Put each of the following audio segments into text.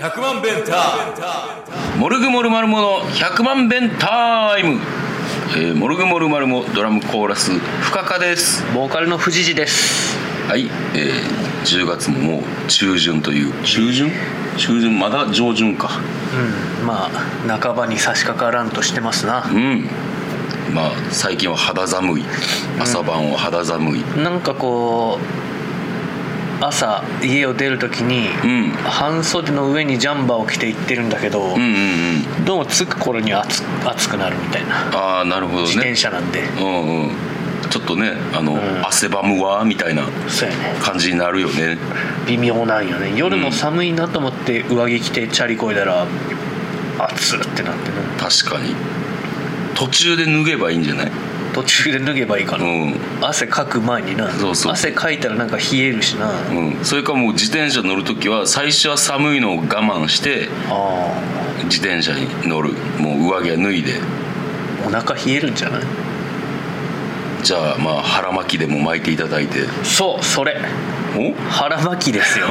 100万ベンタモルグモルマルモの100万弁タイム、えーモルグモルマルモドラムコーラスフカカですボーカルの藤次ですはい、えー10月ももう中旬という中旬中旬まだ上旬かうんまあ半ばに差し掛からんとしてますなうんまあ最近は肌寒い朝晩は肌寒いなんかこう朝家を出る時に、うん半袖の上にジャンバーを着て行ってるんだけど、うんうんうんどうも着く頃には暑暑くなるみたいな、ああなるほどね自転車なんでうんうんちょっとねあの、ん汗ばむわみたいなそうやね感じになるよね微妙なんよね夜うんも寒いなと思って上着着てチャリこいだら暑ってなってね確かに途中で脱げばいいんじゃない途中で脱げばいいかうな、ん汗かく前になそうそう汗かいたらなんか冷えるしな、あうん、それかもう自転車乗る時は最初は寒いのを我慢してあ自転車に乗るもう上着は脱いでお腹冷えるんじゃないじゃあまあ腹巻きでも巻いていただいてそうそれお 腹巻きですよ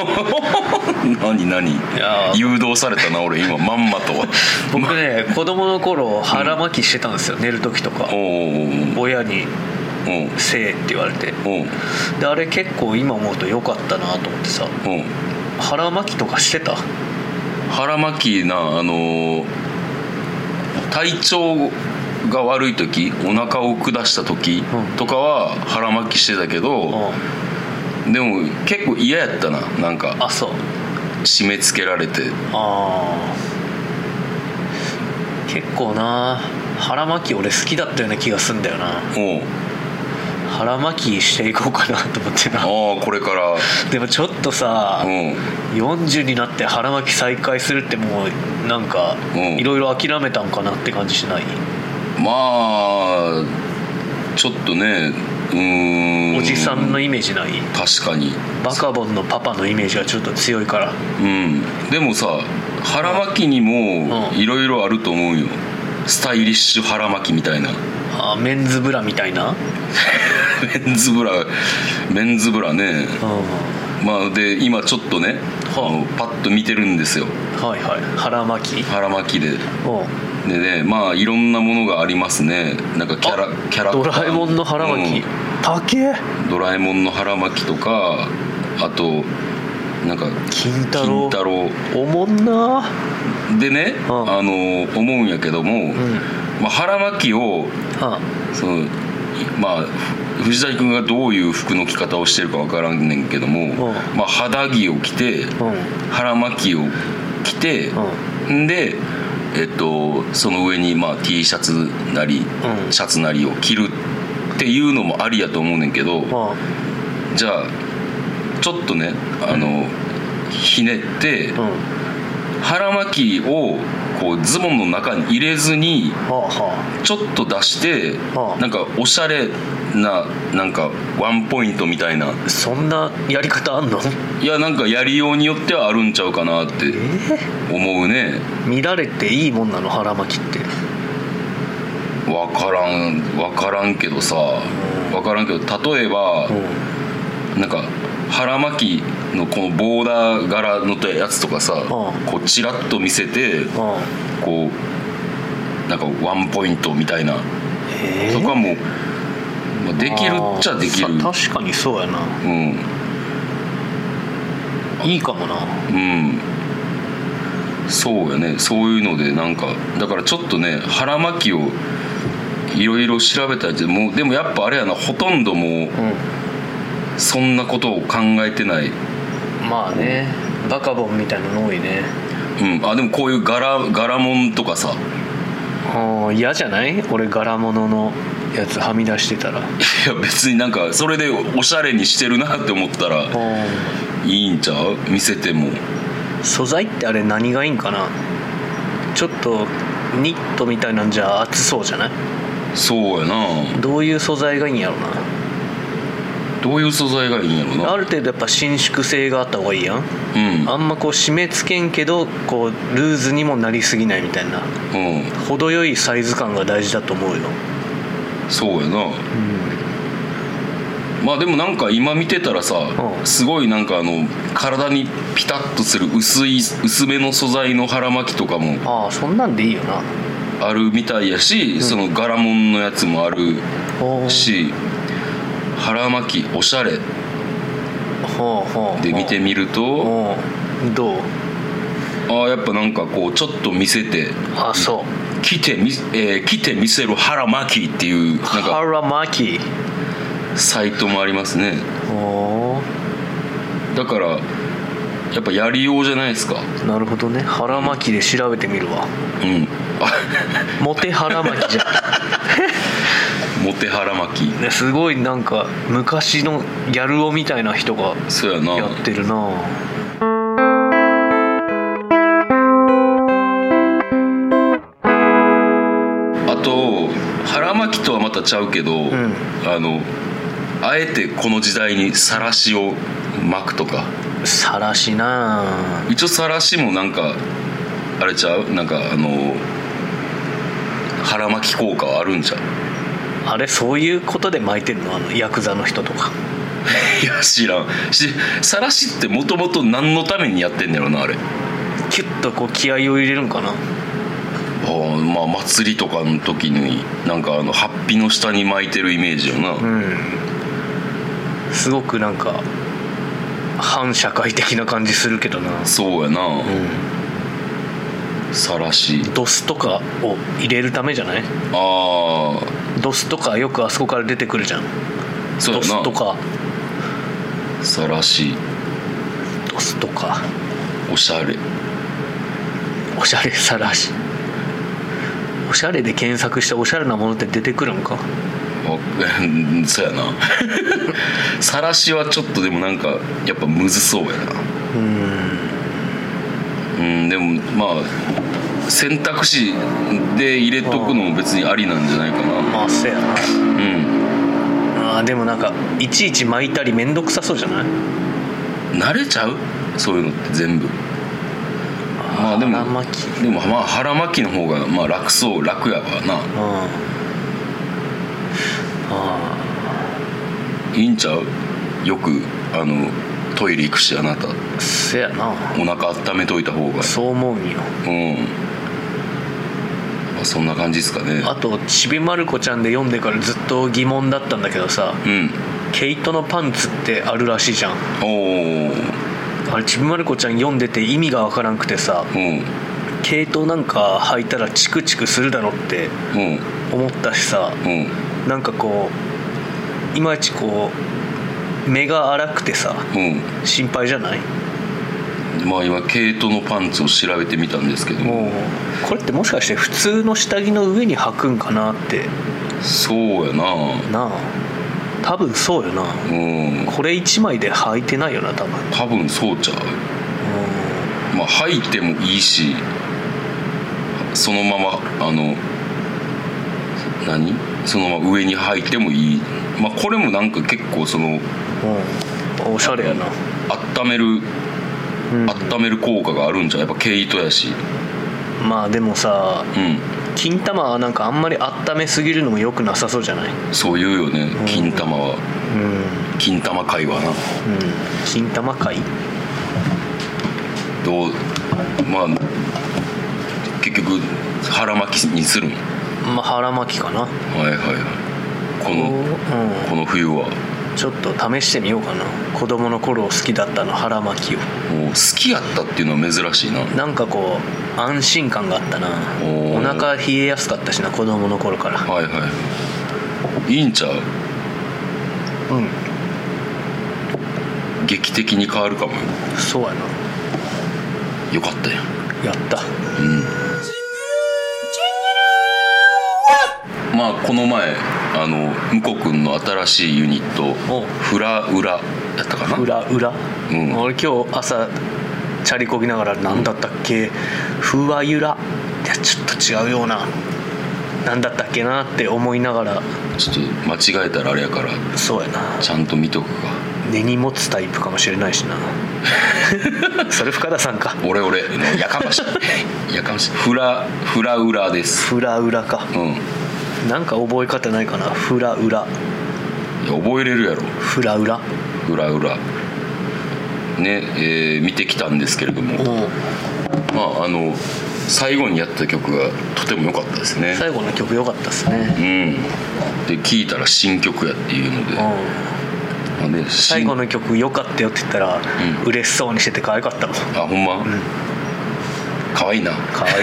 何何やー誘導されたな俺今まんまと 僕ね子供の頃腹巻きしてたんですよ、寝る時とかおうおう親におう「せえ」って言われておうおうであれ結構今思うと良かったなと思ってさおう腹巻きとかしてた腹巻きなあのー体調が悪い時お腹を下した時うんとかは腹巻きしてたけど、うんでも結構嫌やったななんかあそう締め付けられてあー結構な腹巻き俺好きだったような気がすんだよなおう腹巻きしていこうかなと思ってなああこれからでもちょっとさうん40になって腹巻き再開するってもうなんかうんいろいろ諦めたんかなって感じしない、まあちょっとねうーんおじさんのイメージない確かにバカボンのパパのイメージがちょっと強いからうんでもさ腹巻きにもうんいろいろあると思うよスタイリッシュ腹巻きみたいな あメンズブラみたいな、メンズブラメンズブラねうん、まあで今ちょっとね、はああのパッと見てるんですよはいはい腹巻き腹巻きでうんでねまあいろんなものがありますねなんかキャラキャラクドターラえもんの腹巻き、う竹んドラえもんの腹巻きとかあとなんか金太金郎太郎おもんなでね、うんあの思うんやけども、んまあ、腹巻きをあそのまあ藤崎君がどういう服の着方をしてるかわからんねんけども、んまあ、肌着を着てうん腹巻きを着て、んで、えっと、その上にまあ T シャツなり、うんシャツなりを着るっていうのもありやと思うねんけど、うんじゃあちょっとねあの、ひねって、うん腹巻きをこうズボンの中に入れずにはあはあちょっと出して、うんなんかおしゃれななんかワンポイントみたいなそんなやり方あんのいやなんかやりようによってはあるんちゃうかなって思うね。見られていいもんなの腹巻きって分からん分からんけどさ分からんけど例えばうなんか腹巻きのこのボーダー柄のやつとかさんこうチラッと見せてんうんこうなんかワンポイントみたいなえとかもまあできるっちゃできるあーさ確かにそうやなうんいいかもなうんそうやねそういうのでなんかだからちょっとね腹巻きをいろいろ調べたりしてもうでもやっぱあれやなほとんどもううそんなことを考えてない、んまあねバカボンみたいなの多いねうん、あでもこういう柄柄もんとかさうん嫌じゃない俺柄物のやつはみ出してたらいや別になんかそれでおしゃれにしてるなって思ったらういいんちゃう見せてもん素材ってあれ何がいいんかなちょっとニットみたいなんじゃ厚そうじゃないそうやなどういう素材がいいんやろどういう素材がいいんやろななある程度やっぱ伸縮性があった方がいいやんうんあんまこう締め付けんけどこうルーズにもなりすぎないみたいなう程よいサイズ感が大事だと思うよんそうやなまあでもなんか今見てたらさ、うんすごいなんかあの体にピタッとする薄い薄めの素材の腹巻きとかもああそんなんでいいよなあるみたいやし、その柄物のやつもあるほうし腹巻きおしゃれほうほうで見てみるとほうどうああやっぱなんかこうちょっと見せてあそう来てみ、えー来て見せる腹巻きっていうなんか腹巻きサイトもありますねほだからやっぱやりようじゃないですかうなるほどね腹巻きで調べてみるわうん モテ腹巻きじゃモテ腹巻きん ねすごいなんか昔のギャル男みたいな人がそうやなやってるなあと腹巻きとはまたちゃうけど、んあのあえてこの時代に晒しを巻くとかさらしな一応晒しもなんかあれちゃうなんかあの腹巻き効果はあるんじゃう あれそういうことで巻いてるのあのヤクザの人とかいや知らんし晒しってもともと何のためにやってんだろうなあれキュッとこう気合を入れるんかなあーまあ祭りとかの時になんかあのハッピの下に巻いてるイメージよな、うんすごくなんか反社会的な感じするけどなそうやなう晒しんドスとかを入れるためじゃないあドスとかよくあそこから出てくるじゃんあそうドやなスとか晒しドスとかおしゃれおしゃれさらしおしゃれで検索しておしゃれなものって出てくるんかあうん そうやな 晒しはちょっとでもなんかやっぱむずそうやなうんうんでもまあ選択肢で入れとくのも別にありなんじゃないかなまあせやなうんあーでもなんかいちいち巻いたりめんどくさそうじゃない慣れちゃうそういうのって全部まあでも腹巻きでもまあ腹巻きの方がまあ楽そう楽やからなうんああいいんちゃうよくあのトイレ行くしあなたーせやなお腹温めといた方がそう思うんようん、まあ、そんな感じですかねあとちびまる子ちゃんで読んでからずっと疑問だったんだけどさうん毛糸のパンツってあるらしいじゃんおおあれちびまる子ちゃん読んでて意味がわからんくてさうん毛糸なんか履いたらチクチクするだろってうん思ったしさうんなんかこういまいちこう目が荒くてさう心配じゃないんまあ今毛糸のパンツを調べてみたんですけどももうこれってもしかして普通の下着の上に履くんかなってそうやななあ多分そうよなうんこれ1枚で履いてないよな多分多分そうちゃうまあ吐いてもいいしそのままあの何そのまま上に吐いてもいいまあこれもなんか結構そのうんおしゃれやな温めるうん温める効果があるんじゃうやっぱ毛糸やしまあでもさう金玉はなんかあんまり温めすぎるのも良くなさそうじゃないうんんそう言うよねん金玉は金玉会はな金玉界どうまあ結局腹巻きにするんはまあ腹巻きかないはいはいこうのんこの冬はちょっと試してみようかな子供の頃好きだったの腹巻きをもう好きやったっていうのは珍しいななんかこう安心感があったなおーお腹冷えやすかったしな子供の頃からはいはいいいんちゃううん劇的に変わるかもよそうやなよかったやんやったまあこの前あの向こう君の新しいユニットおフラウラやったかな裏裏、ん俺今日朝チャリこぎながら何だったっけ「ふわゆら」いやちょっと違うような何だったっけなって思いながらちょっと間違えたらあれやからそうやなちゃんと見とくか根に持つタイプかもしれないし なそれ深田さんか俺俺やかましいやかましいフラフラウラですふらうらかうんなんか覚え方ないかなふらうらいいや覚えれるやろフラウラ裏裏ねえー見てきたんですけれども、もうまああの最後にやった曲がとても良かったですね最後の曲良かったっすね、うんで聴いたら新曲やっていうので、うんまあね、新最後の曲良かったよって言ったら、う嬉しそうにしてて可愛かったもんあほんま、かわいいな可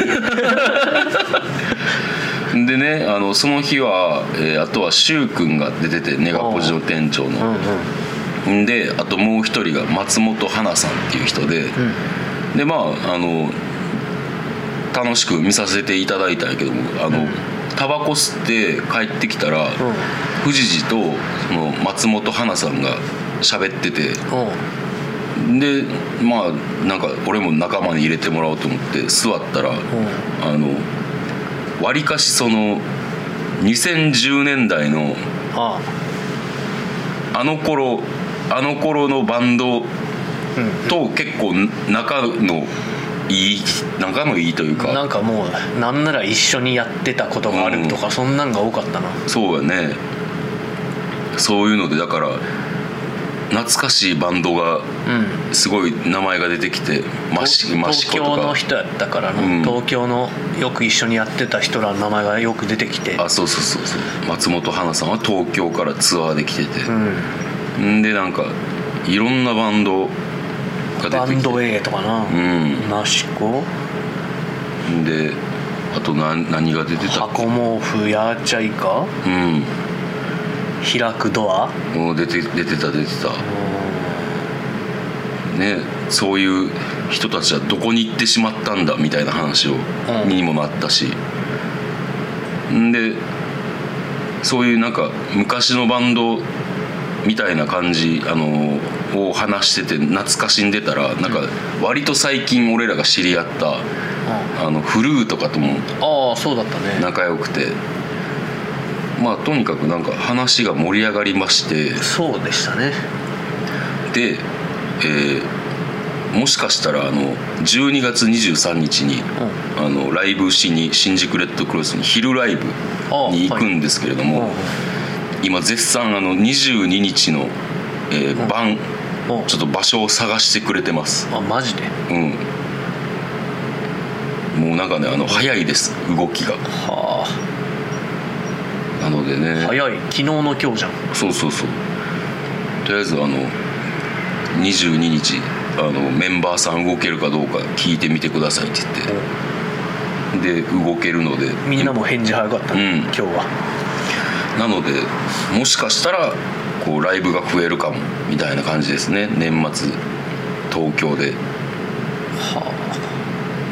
愛いでねあのその日は、えーあとはく君が出ててネガポジの店長うんうの、んん、であともう一人が松本花さんっていう人で、うんでまああの楽しく見させていただいたんやけどもあの、タバコ吸って帰ってきたら、うん藤次とその松本花さんが喋っててうんでまあなんか俺も仲間に入れてもらおうと思って座ったら、あのわりかしその2010年代のあああの頃あの頃のバンドうと結構仲のいい仲のいいというんなかんかもうなんなら一緒にやってたことがあるとか、そんなんが多かったなそうやねそういうのでだから懐かしいバンドがうんすごい名前が出てきてマシマシ東コと京のか人やったからな、うん東京のよく一緒にやってた人らの名前がよく出てきてあそうそうそうそう松本花さんは東京からツアーで来てて、うんんでなんかいろんなバンドバが出てきてンド A とかな、んナシコであと何何が出てたハコモフヤーチャイカうん開くドアもう出て出てた出てたねそういう人たちはどこに行ってしまったんだみたいな話を、うんにもなったしんでそういうなんか昔のバンドみたいな感じあのを話してて懐かしんでたらなんか割と最近俺らが知り合ったあのフルーとかともああそうだったね仲良くてまあとにかくなんか話が盛り上がりましてそうでしたねで、えーもしかしたらあの12月23日にうんあのライブしに新宿レッドクロスに昼ライブああに行くんですけれども、うん今絶賛あの22日の、えー晩うんちょっと場所を探してくれてますあマジでうんもうなんかねあの早いです動きがはなあのでね早い昨日の今日じゃんそうそうそうとりあえずあの22日あのメンバーさん動けるかどうか聞いてみてくださいって言ってで動けるのでみんなも返事早かったね、うん今日はなのでもしかしたらこうライブが増えるかもみたいな感じですね年末東京で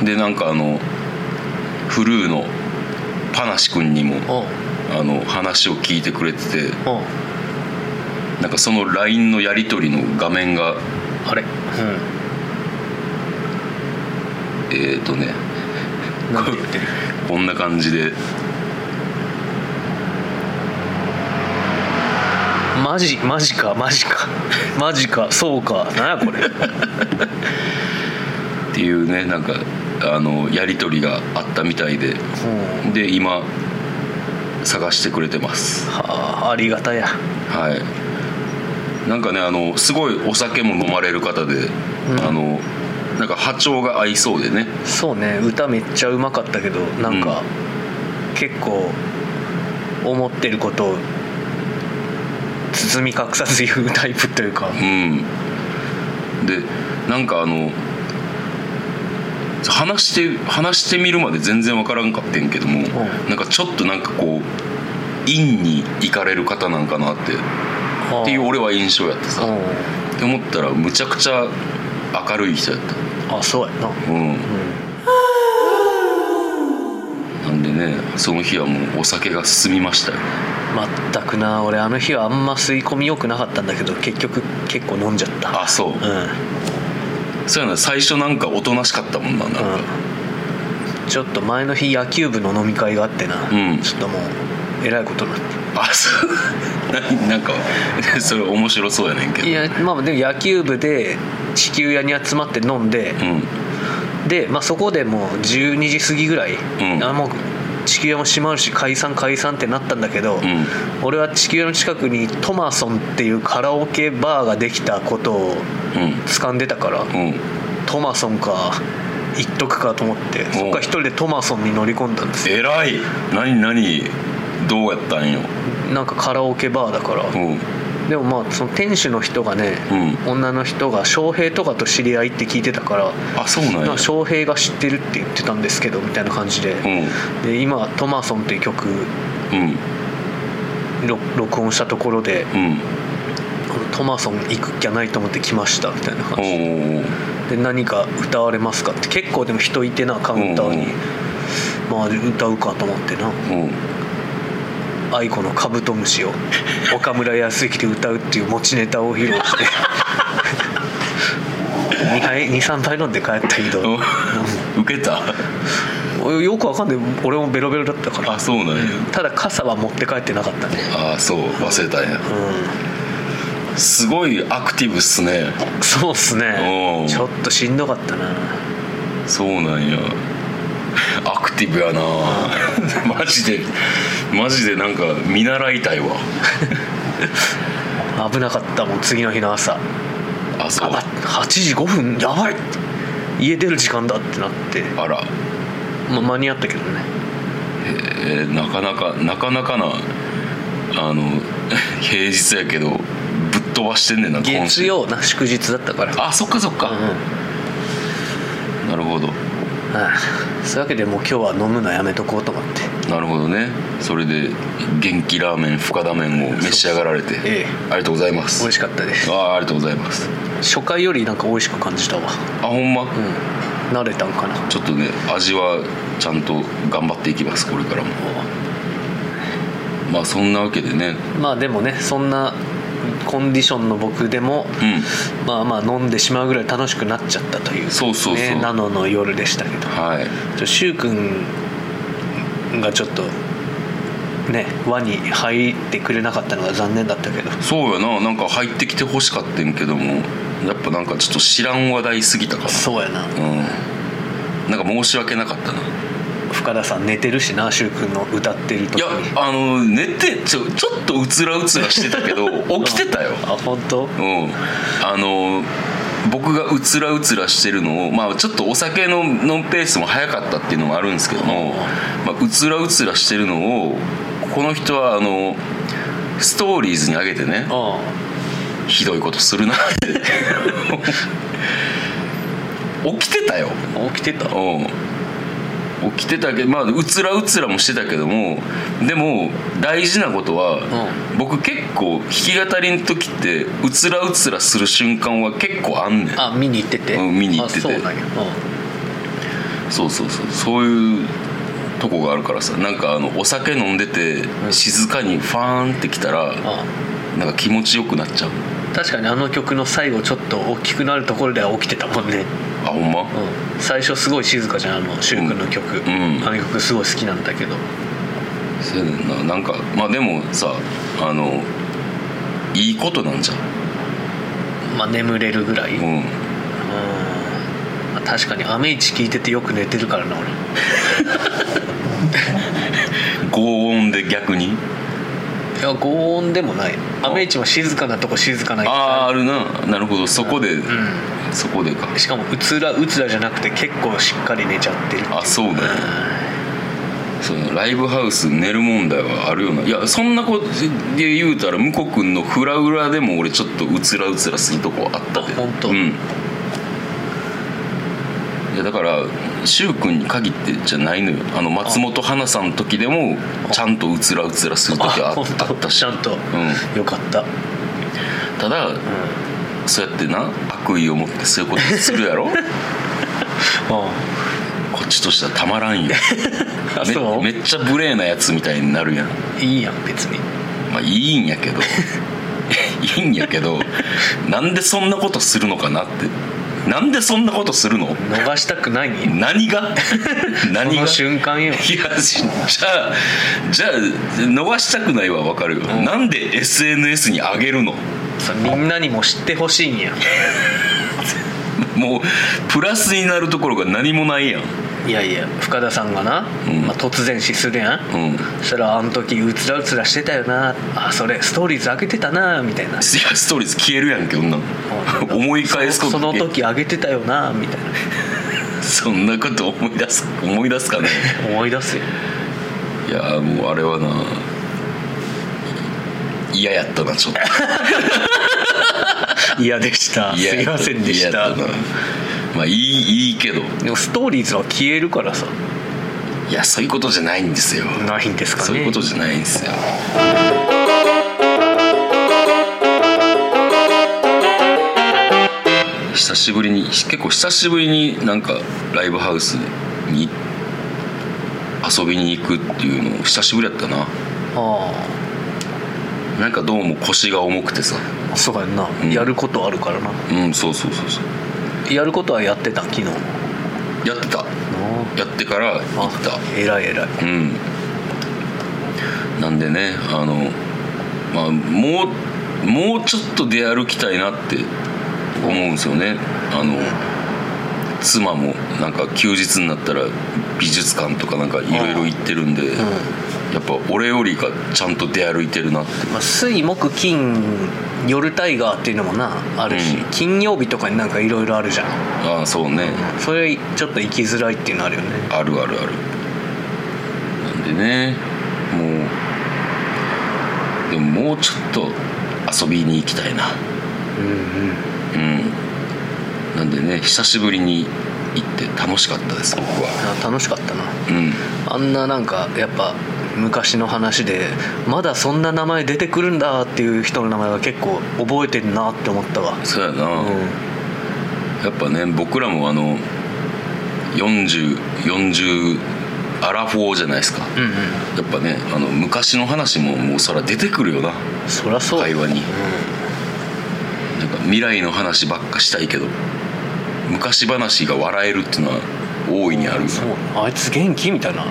でなんかあのフルーのパナシ君にもうんあの話を聞いてくれててうんなんかその LINE のやり取りの画面があれうえっ、とねんなんて言ってるこんな感じでマジマジかマジかマジかそうかなん やこれっていうねなんかあのやり取りがあったみたいでうんで今探してくれてますはあありがたやはいなんかねあのすごいお酒も飲まれる方で、うんあのなんか波長が合いそうでねそうね歌めっちゃうまかったけどなんか、結構思ってることを包み隠さず言うタイプというかうんでなんかあの話して話してみるまで全然わからんかってんけども、なんかちょっとなんかこう陰に行かれる方なんかなってっていう俺は印象やってさ、うって思ったらむちゃくちゃ明るい人やっんあそうやな、たうんうなんでねその日はもうお酒が進みましたよん、全くな俺あの日はあんま吸い込みよくなかったんだけど結局結構飲んじゃったあそう、うんそうやな最初なんかおとなしかったもんななんかうん、ちょっと前の日野球部の飲み会があってな、うんちょっともうえらいことになっあそう 何なんか それ面白そうやねんけていどやまあでも野球部で地球屋に集まって飲んでう、んで、まあ、そこでもう12時過ぎぐらい、んあもう地球屋も閉まるし解散解散ってなったんだけど、ん俺は地球屋の近くにトマソンっていうカラオケバーができたことを掴んでたから、うんうんトマソンか行っとくかと思ってそっから一人でトマソンに乗り込んだんですよえらい何何どうやったんよなんかカラオケバーだから、うんでもまあその店主の人がね、女の人が翔平とかと知り合いって聞いてたからあそうなんなやんか翔平が知ってるって言ってたんですけどみたいな感じで,、うんで今「トマソン」っていう曲うんろ録音したところでうん「トマソン行くっきゃないと思って来ました」みたいなお感じーおーで何か歌われますかって結構でも人いてなカウンターにうん。まあ、歌うかと思ってなおー愛子の「カブトムシ」を岡村康之で歌うっていう持ちネタを披露 して2杯23杯飲んで帰ったけど お受けたよくわかんない俺もベロベロだったからあそうなんやただ傘は持って帰ってなかったねあそう忘れたんやすごいアクティブっすねうんそうっすうねんちょっとしんどかったなそうなんやアクティブやな マジでマジでなんか見習いたいわ危なかったもん次の日の朝あそうあ8時5分やばい家出る時間だってなって、あらまあ、間に合ったけどねえーなかなかなかなかなあの 平日やけどぶっ飛ばしてんねんな今週月曜な祝日だったからあそっかそっか、うんなるほどああそういうわけでもう今日は飲むのやめとこうと思ってなるほどねそれで元気ラーメン深田麺を召し上がられて、ええありがとうございます美味しかったですああありがとうございます初回よりなんか美味しく感じたわあほんま、うん慣れたんかなちょっとね味はちゃんと頑張っていきますこれからもまあそんなわけでねまあでもねそんなコンディションの僕でも、うんまあまあ飲んでしまうぐらい楽しくなっちゃったというそうそうそうねナノの夜でしたけどはいちょシュウ君がちょっとね輪に入ってくれなかったのが残念だったけどそうやななんか入ってきてほしかったんけどもやっぱなんかちょっと知らん話題すぎたかそうやならうんなんか申し訳なかったな深田さん寝てるしなシュウ君の歌ってる時いやにあの寝てちょちょっとうつらうつらしてたけ ど起きてたよあ本当うんあの僕がうつらうつらしてるのを、まあ、ちょっとお酒ののペースも早かったっていうのもあるんですけども、まあ、うつらうつらしてるのをこの人はあのストーリーズに上げてねあひどいことするなって 起きてたよあ起きてたうん起きてたけどまあうつらうつらもしてたけどもでも大事なことは、僕結構弾き語りの時ってうつらうつらする瞬間は結構あんねんあ見に行ってて、うん見に行っててあそうなんや、そうそうそうそういうとこがあるからさなんかあのお酒飲んでて静かにファーンってきたらう、なんか気持ちよくなっちゃうん確かにあの曲の最後ちょっと大きくなるところでは起きてたもんね、あほんまうん、最初すごい静かじゃんあの柊君の曲、んうんあの曲すごい好きなんだけどそうやねんななんかまあでもさあのいいことなんじゃんまあ眠れるぐらい、うんうんまあ確かに「アメイチ」聴いててよく寝てるからな俺強音で逆にいや強音でもない「アメイチ」も静かなとこ静かなあああるななるほどそこで、うそこでかんしかもうつらうつらじゃなくて結構しっかり寝ちゃってるっていうあそうだよそのライブハウス寝る問題はあるよないやそんなことで言うたら向こう君のフラフラでも俺ちょっとうつらうつらするとこあったであほんとうんいやだから柊君に限ってじゃないのよあの松本花さんの時でもちゃんとうつらうつらする時はあああ本当ったしちゃんと、んよかった、うん、ただそうやってな悪意を持ってそういうことする やろこっちとしてはたまらんよ あそうめめっちゃ無礼なやつみたいになるやんいいやん別にまあいいんやけど いいんやけどなんでそんなことするのかなってなんでそんなことするの逃したくないに何 がこ何がの瞬間よいやじじゃあじゃあ逃したくないは分かるよ、なんで SNS に上げるのさみんなにも知ってほしいんやもうプラスになるところが何もないやんいやいや深田さんがな、うんまあ、突然死するやん、うんいやそしたらあの時うつらうつらしてたよなあそれストーリーズ上げてたなみたいなストーリーズ消えるやんけ女 思い返すことそのその時上げてたよなみたい そんなこと思い出す思い出すかねな思い出すよいやーもうあれはな嫌やったなちょっと 嫌でしたす嫌いやまったせんでし嫌やたったなまあいいいいけどでもストーリーズは消えるからさいやそういうことじゃないんですよないんですかねそういうことじゃないんですよ久しぶりに結構久しぶりになんかライブハウスに遊びに行くっていうの久しぶりだったなあなんかどうも腰が重くてさあそうやんな、んやることあるからなうんそうそうそうそうやることはやってた昨日もやってたやってから行ったえらいえらいうんなんでねあの、まあ、もうもうちょっと出歩きたいなって思うんですよねあの妻もなんか休日になったら美術館とかなんかいろいろ行ってるんで、やっぱ俺よりかちゃんと出歩いてるなってまあ、水木金夜タイガーっていうのもなあるし、うん金曜日とかになんかいろいろあるじゃんああそうねそれちょっと行きづらいっていうのあるよねあるあるあるなんでねもうでももうちょっと遊びに行きたいなうんうん、なんでね久しぶりに行って楽しかったです僕は、うん楽しかったなうん、あんななんかやっぱ昔の話でまだそんな名前出てくるんだっていう人の名前は結構覚えてんなって思ったわそうやな、うんやっぱね僕らもあの4040アラフォーじゃないですかうんやっぱねあの昔の話ももうそら出てくるよなうんそりゃそう会話になんか未来の話ばっかしたいけど昔話が笑えるっていうのは大いにあるそうあいつ元気みたいな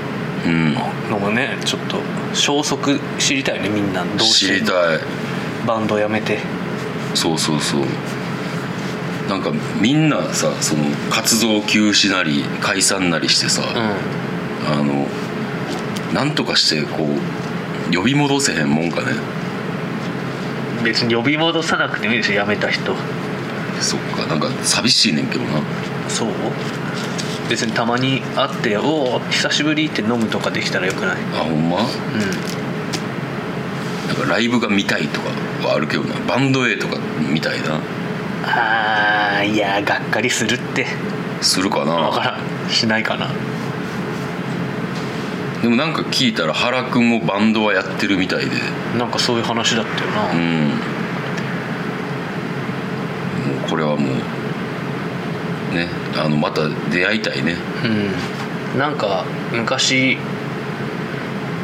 うんのもねちょっと消息知りたいねみんなどう知しりてたいバンドやめてそうそうそうなんかみんなさその活動休止なり解散なりしてさ、うあのなんとかしてこう呼び戻せへんもんかねん別に呼び戻さなくてもいいでしょやめた人そっかなんか寂しいねんけどなそう別にたまに会って「おお久しぶり」って飲むとかできたらよくないあほんまうなんかライブが見たいとかはあるけどなバンド A とかみたいなんあーいやーがっかりするってするかな分からんしないかなでもなんか聞いたら原くんもバンドはやってるみたいでなんかそういう話だったよな、うんもうこれはもうねあのまた出会いたいねうん、なんか昔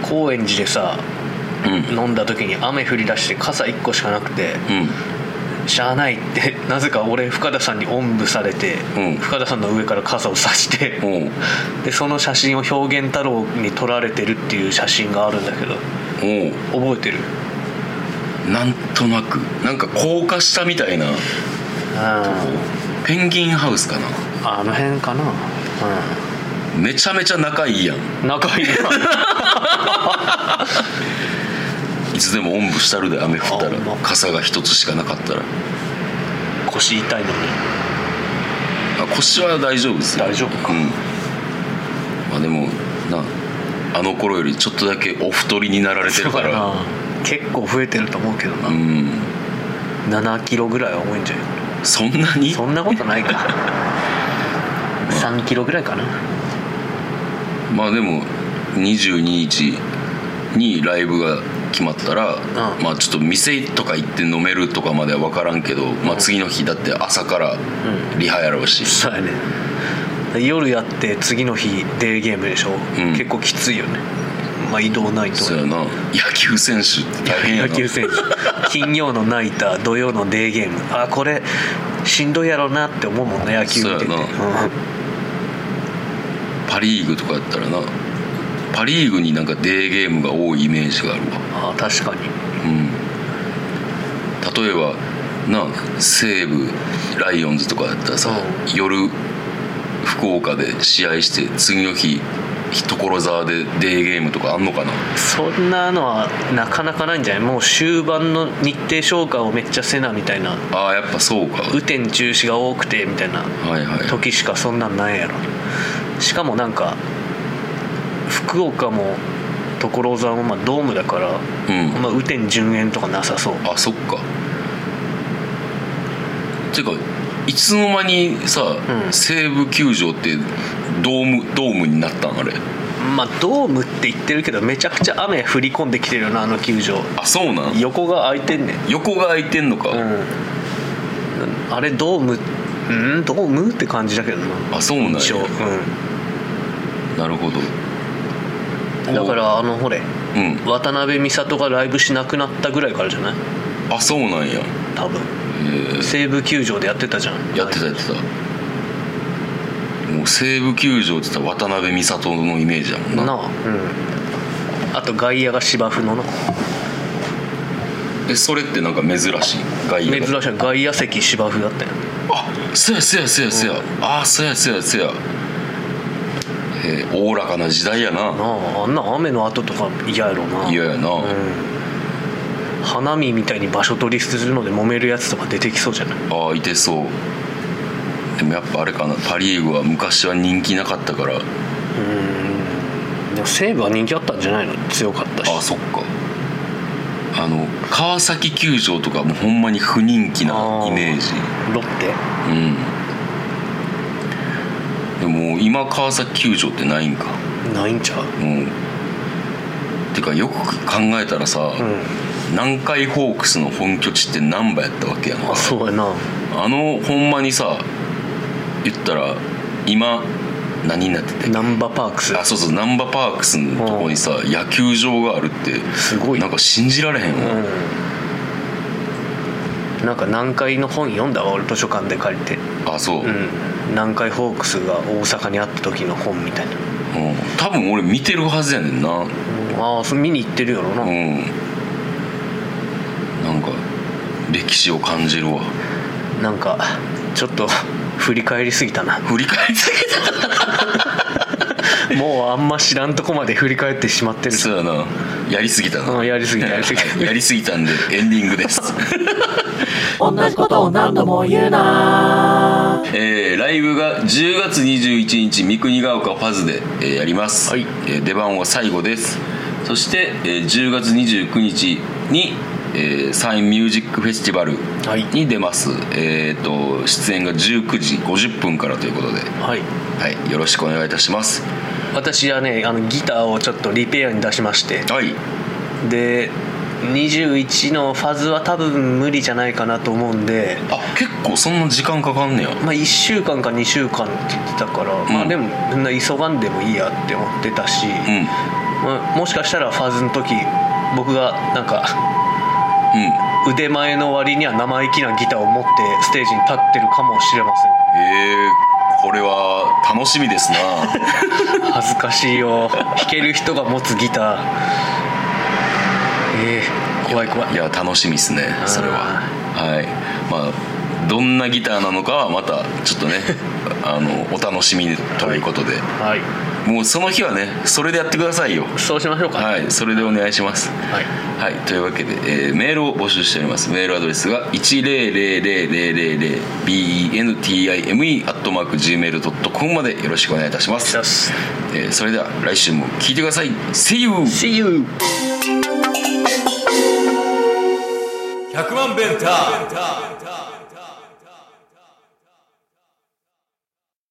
高円寺でさうん飲んだ時に雨降り出して傘1個しかなくてうんしゃあないって なぜか俺深田さんにおんぶされて、うん深田さんの上から傘を差しておうでその写真を表現太郎に撮られてるっていう写真があるんだけどお覚えてるうなんとなくなんか高架下みたいなペンギンハウスかなあの辺かなめちゃめちゃ仲いいやんうん仲いいないつでもおんぶしたるで雨降ったらあほんま傘が一つしかなかったら 腰痛いのにあ腰は大丈夫ですよ大丈夫かうんまあでもなあの頃よりちょっとだけお太りになられてるからそうな結構増えてると思うけどな、うん7キロぐらいは重いんじゃないそんなにそんなことない か3キロぐらいかなまあでも22日にライブが決まったら、まあちょっと店とか行って飲めるとかまでは分からんけど、まあ次の日だって朝からリハやろうし、そうやね夜やって次の日デーゲームでしょ、ん結構きついよねまあ移動ないとそうやな野球選手って大変やな野球選 手金曜のナイター土曜のデーゲームあこれしんどいやろうなって思うもんね野球見ててそうやパ・リーグとかやったらなパ・リーグになんかデーゲームが多いイメージがあるわあ確かにうん例えばな西武ライオンズとかやったらさ、う夜福岡で試合して次の日所沢でデーゲームとかあんのかなそんなのはなかなかないんじゃないもう終盤の日程消化をめっちゃせなみたいなああやっぱそうか雨天中止が多くてみたいなはいはい時しかそんなんないやろしかもなんか福岡も所沢もまあドームだから、うんまあ、雨天順延とかなさそうあそっかていうかいつの間にさ、うん西武球場ってドームドームになったんあれまあドームって言ってるけどめちゃくちゃ雨降り込んできてるよなあの球場あそうなん横が空いてんねん横が空いてんのか、うんあれドームうんドームって感じだけどなあそうなんや印象、なるほどうん、だからあのほれうん渡辺美里がライブしなくなったぐらいからじゃないあそうなんや、多分えー西武球場でやってたじゃんやってたやってたもう西武球場って言ったら渡辺美里のイメージだもんななあうんあと外野が芝生のなえそれってなんか珍しい外野珍がしい外野席芝生だったよあそやそやそやそや、あそやそやそやえーおおらかな時代やななああんな雨の後とか嫌やろな嫌やな、うあん花見みたいに場所取りするので揉めるやつとか出てきそうじゃないあいてそうでもやっぱあれかなパ・リーグは昔は人気なかったからうんでも西武は人気あったんじゃないの強かったしあそっかあの川崎球場とかもうほんまに不人気なイメージロッテうんでも今川崎球場ってないんかないんちゃううんてかよく考えたらさ、うん南海ホークスの本拠地って難波やったわけやんかあそうやなあのほんまにさ言ったら今何になっててナンバーパークスあそうそう難波パークスのとこにさ野球場があるってすごいなんか信じられへんわ、うんなんか南海の本読んだわ俺図書館で借りてあそう、うん南海ホークスが大阪にあった時の本みたいな、うん多分俺見てるはずやねんなああそれ見に行ってるやろな、うんなんか歴史を感じるわなんかちょっと振り返りすぎたな振り返りすぎたもうあんま知らんとこまで振り返ってしまってるそうやなやりすぎたな、うんやりすぎたやりすぎたやりすぎたんでエンディングです同じことを何度も言うなえーライブが10月21日三国ヶ丘ファズで、えーやります、はいえー出番は最後ですそして、えー10月29日に、えーサインミュージックフェスティバルはいに出ます、えー、と出演が19時50分からということで、 はいはい、よろしくお願いいたします私はねあのギターをちょっとリペアに出しましてはいで21のファズは多分無理じゃないかなと思うんであ結構そんな時間かかんねやまあ1週間か2週間って言ってたから、まあでもそんな急がんでもいいやって思ってたし、うんまあもしかしたらファズの時僕がなんかうん腕前の割には生意気なギターを持ってステージに立ってるかもしれませんえー、これは楽しみですな 恥ずかしいよ弾ける人が持つギターええ怖い怖いいや楽しみですねそれははいまあどんなギターなのかはまたちょっとね あのお楽しみにということで、はいもうその日はねそれでやってくださいよそうしましょうかはいそれでお願いしますはいはい、というわけで、えーメールを募集しておりますメールアドレスが 10000bentime.gmail.com までよろしくお願いいたしますよ、しえーそれでは来週も聞いてください See you! See you! 100万ベンター